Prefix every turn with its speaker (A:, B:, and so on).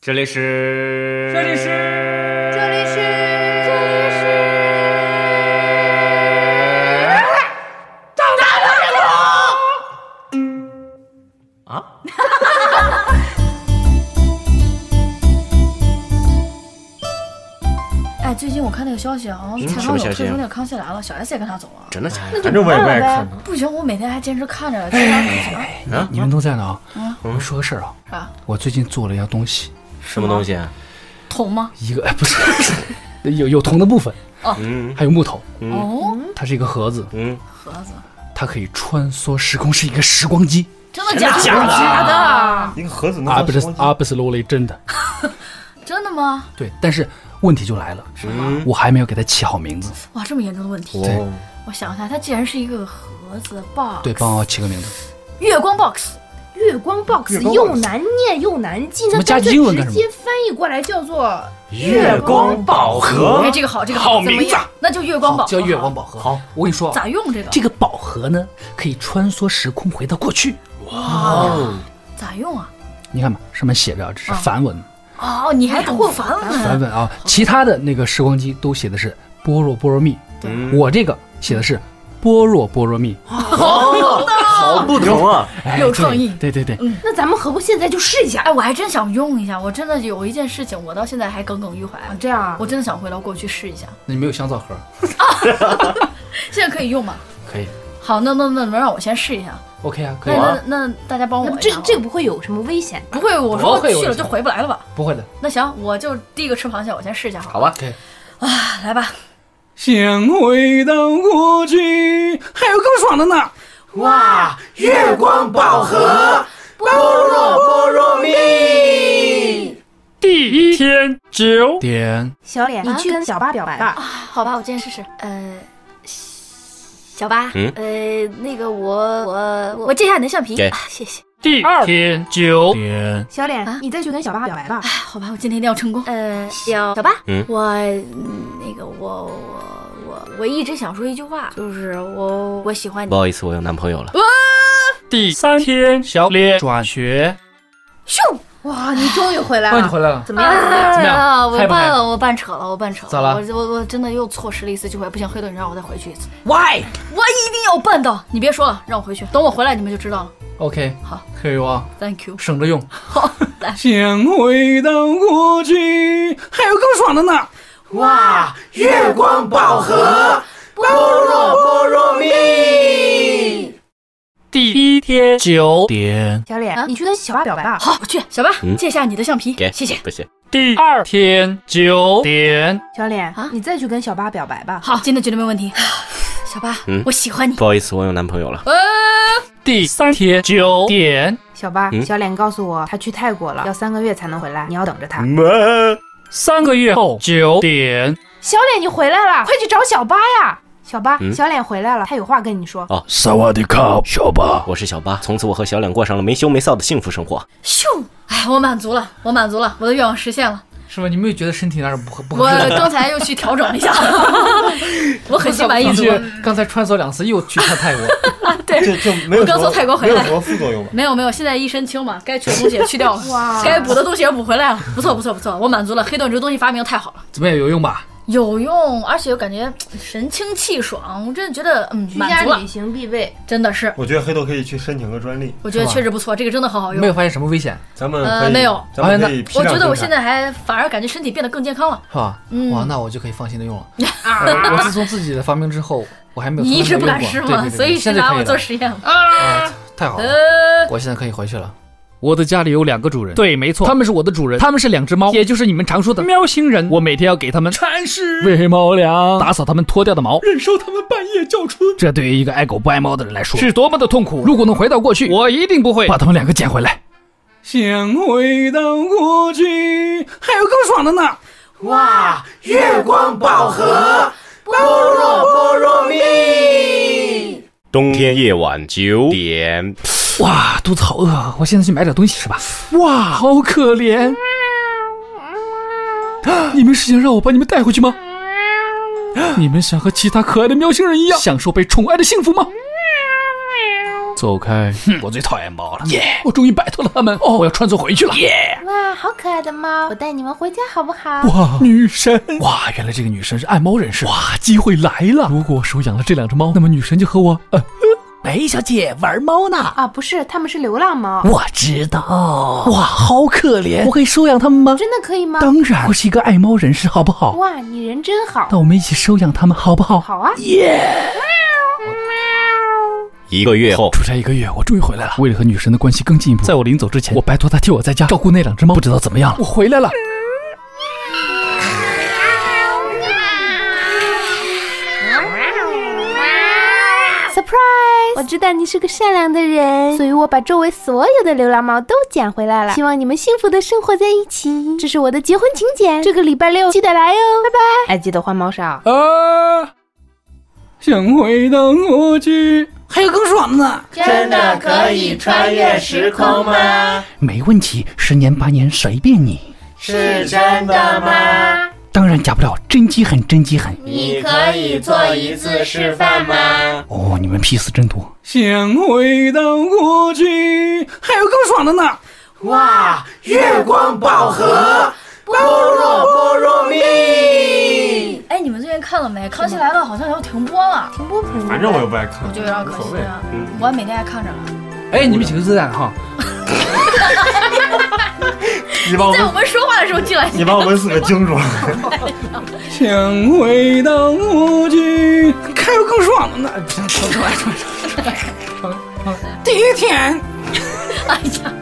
A: 这里是，
B: 这里是，
C: 这里是，
B: 这里是，大大
A: 人物啊！
C: 哎，最近我看那个消息，好像
A: 嗯什
C: 蔡
A: 么
C: 康
A: 消
C: 永
A: 息
C: 退出那个《康熙来了》，小 S 也跟他走了。
A: 真的假的？
B: 反正我也不爱看
C: 呗，不行，我每天还坚持看着，经常看啥
A: 啊，
D: 你们都在呢啊！
C: 嗯
D: 我说个事儿啊，
C: 啥
D: 我最近做了一样东西，
A: 什么东西？啊？
C: 铜吗？
D: 一个哎不是，有有铜的部分，
A: 嗯
D: 还有木头，
C: 哦，
D: 它是一个盒子，
A: 嗯，
C: 盒子，
D: 它可以穿梭时空，是一个时光机
C: 真的假的？
A: 假的
C: 假
B: 一个盒子能
D: 啊
B: 装
D: 不
B: 时
D: 是
B: 光机
D: 啊不是 l 了，真的
C: 的？真的吗？
D: 对，但是问题就来了，我还没有给它起好名字，
C: 哇，这么严重的问题！
D: 对
A: 哦，
C: 我想一下，它既然是一个盒子 box，
D: 对，帮我起个名 字，
C: 月光 box，
E: 月光 box
B: 月光 box
E: 又难念又难记，
D: 怎
E: 那
D: 么
E: 干
D: 加
E: 脆
D: 英文干
E: 直
D: 什么
E: 接翻译过来叫做
A: 月光宝盒
C: 哎，这个好，这个
D: 好
C: 怎么
D: 名字
C: 样？那就月光宝，
D: 叫月光宝盒。
A: 好，
D: 我跟你说啊，
C: 咋用这个？
D: 这个宝盒呢，可以穿梭时空回到过去。
A: 哦，
C: 咋用啊？
D: 你看吧，上面写着啊这是
C: 嗯
D: 梵文，
C: 哦，你还懂梵
D: 梵
C: 文？
D: 文啊，其他的那个时光机都写的是般若波罗蜜，
A: 嗯
D: 我这个写的是般若波罗蜜，
A: 好不同啊！
D: 哎
C: 有创意
D: 对对对对，
E: 那咱们何不现在就试一下？
C: 哎，我还真想用一下，我真的有一件事情，我到现在还耿耿于怀。
E: 啊，这样啊
C: 我，真的想回到过去试一下，
D: 那你没有香皂盒？
C: 现在可以用吗？
D: 可以
C: 好，那那那能让我先试一下？
D: ，OK 啊，可
C: 那
D: 以，
A: 啊
C: 那那大家帮我
E: 那
C: 一
E: 这
C: 下好吧
E: 这个不会有什么危险吧？
C: 不会，我说
D: 不会有
C: 去了
D: 问题
C: 就回不来了吧？
D: 不会的，
C: 那行，我就第一个吃螃蟹，我先试一下好了。
A: 好吧，
D: 可以。
C: 来吧，
D: 想回到过去，还有更爽的呢！
A: 哇，月光宝盒，般若波罗蜜。
D: 第一天九点，
E: 小脸，你去跟啊小八表白吧。
F: 好吧，我今天试试。呃，小八，
A: 嗯
F: 呃，那个我我我借一下你的橡皮，
A: 给
F: 啊、谢谢。
D: 第二天九点，
E: 小脸，你再去跟小八表白吧。
C: 好吧，我今天一定要成功。
F: 呃，小小八，
A: 嗯
F: 我嗯那个我我我我一直想说一句话，就是我我喜欢你
A: 不。好意思，我有男朋友了。
D: 第三天小脸转学。
E: 哇，你终于回来
D: 哇，你
E: 了，
D: 回来了，
E: 怎么样？
D: 怎么样
C: 啊我
D: 嗨不嗨
C: 办了，我办扯了，我办扯了。
D: 咋了
C: 我我我真的又错失了一次机会，不行，黑豆，你让我再回去一次。Why？我一定要办到！你别说了，让我回去，等我回来你们就知道了。
D: ？OK，
C: 好，
D: 可以啊，
C: Thank you。
D: 省着用。
C: 好，来，
D: 想回到过去，还有更爽的呢！
A: 哇，月光宝盒，般若波罗蜜。
D: 第一天九点，
E: 小脸，你去跟小八表白吧。
C: 好，我去。小八，
A: 嗯
C: 借一下你的橡皮，
A: 给，
C: 谢谢。
A: 不谢。
D: 第二天九点，
E: 小脸，你再去跟小八表白吧。
C: 好，今天绝对没问题。小八
A: 嗯，
C: 我喜欢你。
A: 不好意思，我有男朋友了。
D: 第三天九点，
E: 小八，
A: 嗯
E: 小脸告诉我，他去泰国了，要三个月才能回来，你要等着他。
A: 嗯
D: 三个月后九点，
E: 小脸，你回来了，快去找小八呀！小八，
A: 嗯
E: 小脸回来了，他有话跟你说。
D: 萨瓦迪卡，小巴，
A: 我是小八，从此我和小脸过上了没羞没臊的幸福生活。
C: 咻！哎，我满足了，我满足了，我的愿望实现了。
D: 是吧？你没有觉得身体哪儿不合不
C: 我
D: 合适吗？
C: 刚才又去调整了一下， 我很心满意
D: 你
C: 足
D: 去。刚才穿梭两次，又去趟泰国，
B: 这这没有
C: 我刚
B: 什么
C: 从泰国回来
B: 没有什么副作用吧？
C: 没有没有，现在一身轻嘛，该去的东西也去 掉了
E: 哇，
C: 该补的东西也补回来了，不错不错不错，我满足了。黑盾这个东西发明得太好了，
D: 怎么样？有用吧？
C: 有用，而且我感觉神清气爽，我真的觉得嗯
E: 居家
C: 满足了
E: 旅，行必备，
C: 真的是，
B: 我觉得黑豆可以去申请个专利，
C: 我觉得
D: 是吧
C: 确实不错，这个真的很好
D: 没有
C: 用。
D: 发现什么危险，
B: 咱们
C: 呃
B: 可以
C: 没有
B: 咱们
D: 哎
B: 可以批
C: 我
B: 量
C: 觉得我
B: 生
C: 现
B: 产
C: 在还反而感觉身体变得更健康了。
D: 是吧？
C: 嗯
D: 哇，那我就可以放心的用了。呃我自从自己的发明之后，我还没有
C: 你一直不敢
D: 从
C: 吃
D: 来没有用过
C: 吗？
D: 对对对
C: 所以是
D: 现在
C: 拿
D: 可以
C: 我
D: 了
C: 做实验了。
D: 啊，太好了。
C: 呃，
D: 我现在可以回去了。我的家里有两个主人，对，没错，他们是我的主人，他们是两只猫，也就是你们常说的喵星人。我每天要给他们铲屎、喂猫粮、打扫他们脱掉的毛，忍受他们半夜叫春。这对于一个爱狗不爱猫的人来说，是多么的痛苦！如果能回到过去，我一定不会把他们两个捡回来。想回到过去，还有更爽的呢。
A: 月光宝盒，般若波罗蜜。冬天夜晚九点，
D: 哇，肚子好饿，啊！我现在去买点东西吃吧。哇，好可怜！啊你们是想让我把你们带回去吗？啊你们想和其他可爱的喵星人一样，享受被宠爱的幸福吗？走开！哼，我最讨厌猫了！耶、我终于摆脱了它们！哦，我要穿梭回去了！耶、
E: 哇，好可爱的猫，我带你们回家好不好？
D: 哇，女神！哇，原来这个女神是爱猫人士！哇，机会来了！如果手养了这两只猫，那么女神就和我……呃，
G: 梅小姐玩猫呢。
E: 啊，不是，它们是流浪猫，
G: 我知道，哇，好可怜，我可以收养它们吗？
E: 真的可以吗？
G: 当然，我是一个爱猫人士，好不好？
E: 哇，你人真好，
D: 那我们一起收养它们，好不好？
E: 好啊！
A: 一个月后，
D: 出差一个月，我终于回来了。为了和女神的关系更进一步，在我临走之前，我拜托她替我在家照顾那两只猫。不知道怎么样了，我回来了。
E: surprise！我知道你是个善良的人，所以我把周围所有的流浪猫都捡回来了。希望你们幸福的生活在一起。这是我的结婚请柬，这个礼拜六记得来哦，拜拜！哎，记得换猫砂。
D: 啊，想回到过去。
G: 还有更爽的呢！
H: 真的可以穿越时空吗？
G: 没问题，十年八年随便你。
H: 是真的吗？
G: 当然假不了，真机很，真机很。
H: 你可以做一次示范吗？
G: 哦，你们屁事真多。
D: 想回到过去，
G: 还有更爽的呢！
H: 哇，月光宝盒，波若波若蜜。
C: 哎，你们最近看了没？《康熙来了》好像要停播了，
B: 反正我又不爱看，
C: 我就有点
B: 无
C: 可
B: 所
C: 惜
B: 谓。
C: 了。
D: 嗯
C: 我每天还看着呢，
D: 哎，你们几个字在哪哈？
B: 你把我
C: 在我
B: 们，
C: 们说话的时候进来。
B: 你把我们四个啊惊住了。
D: 想回到过去，
G: 还有更爽的呢！
D: 重来重来重来。
G: 第一天，
C: 哎呀，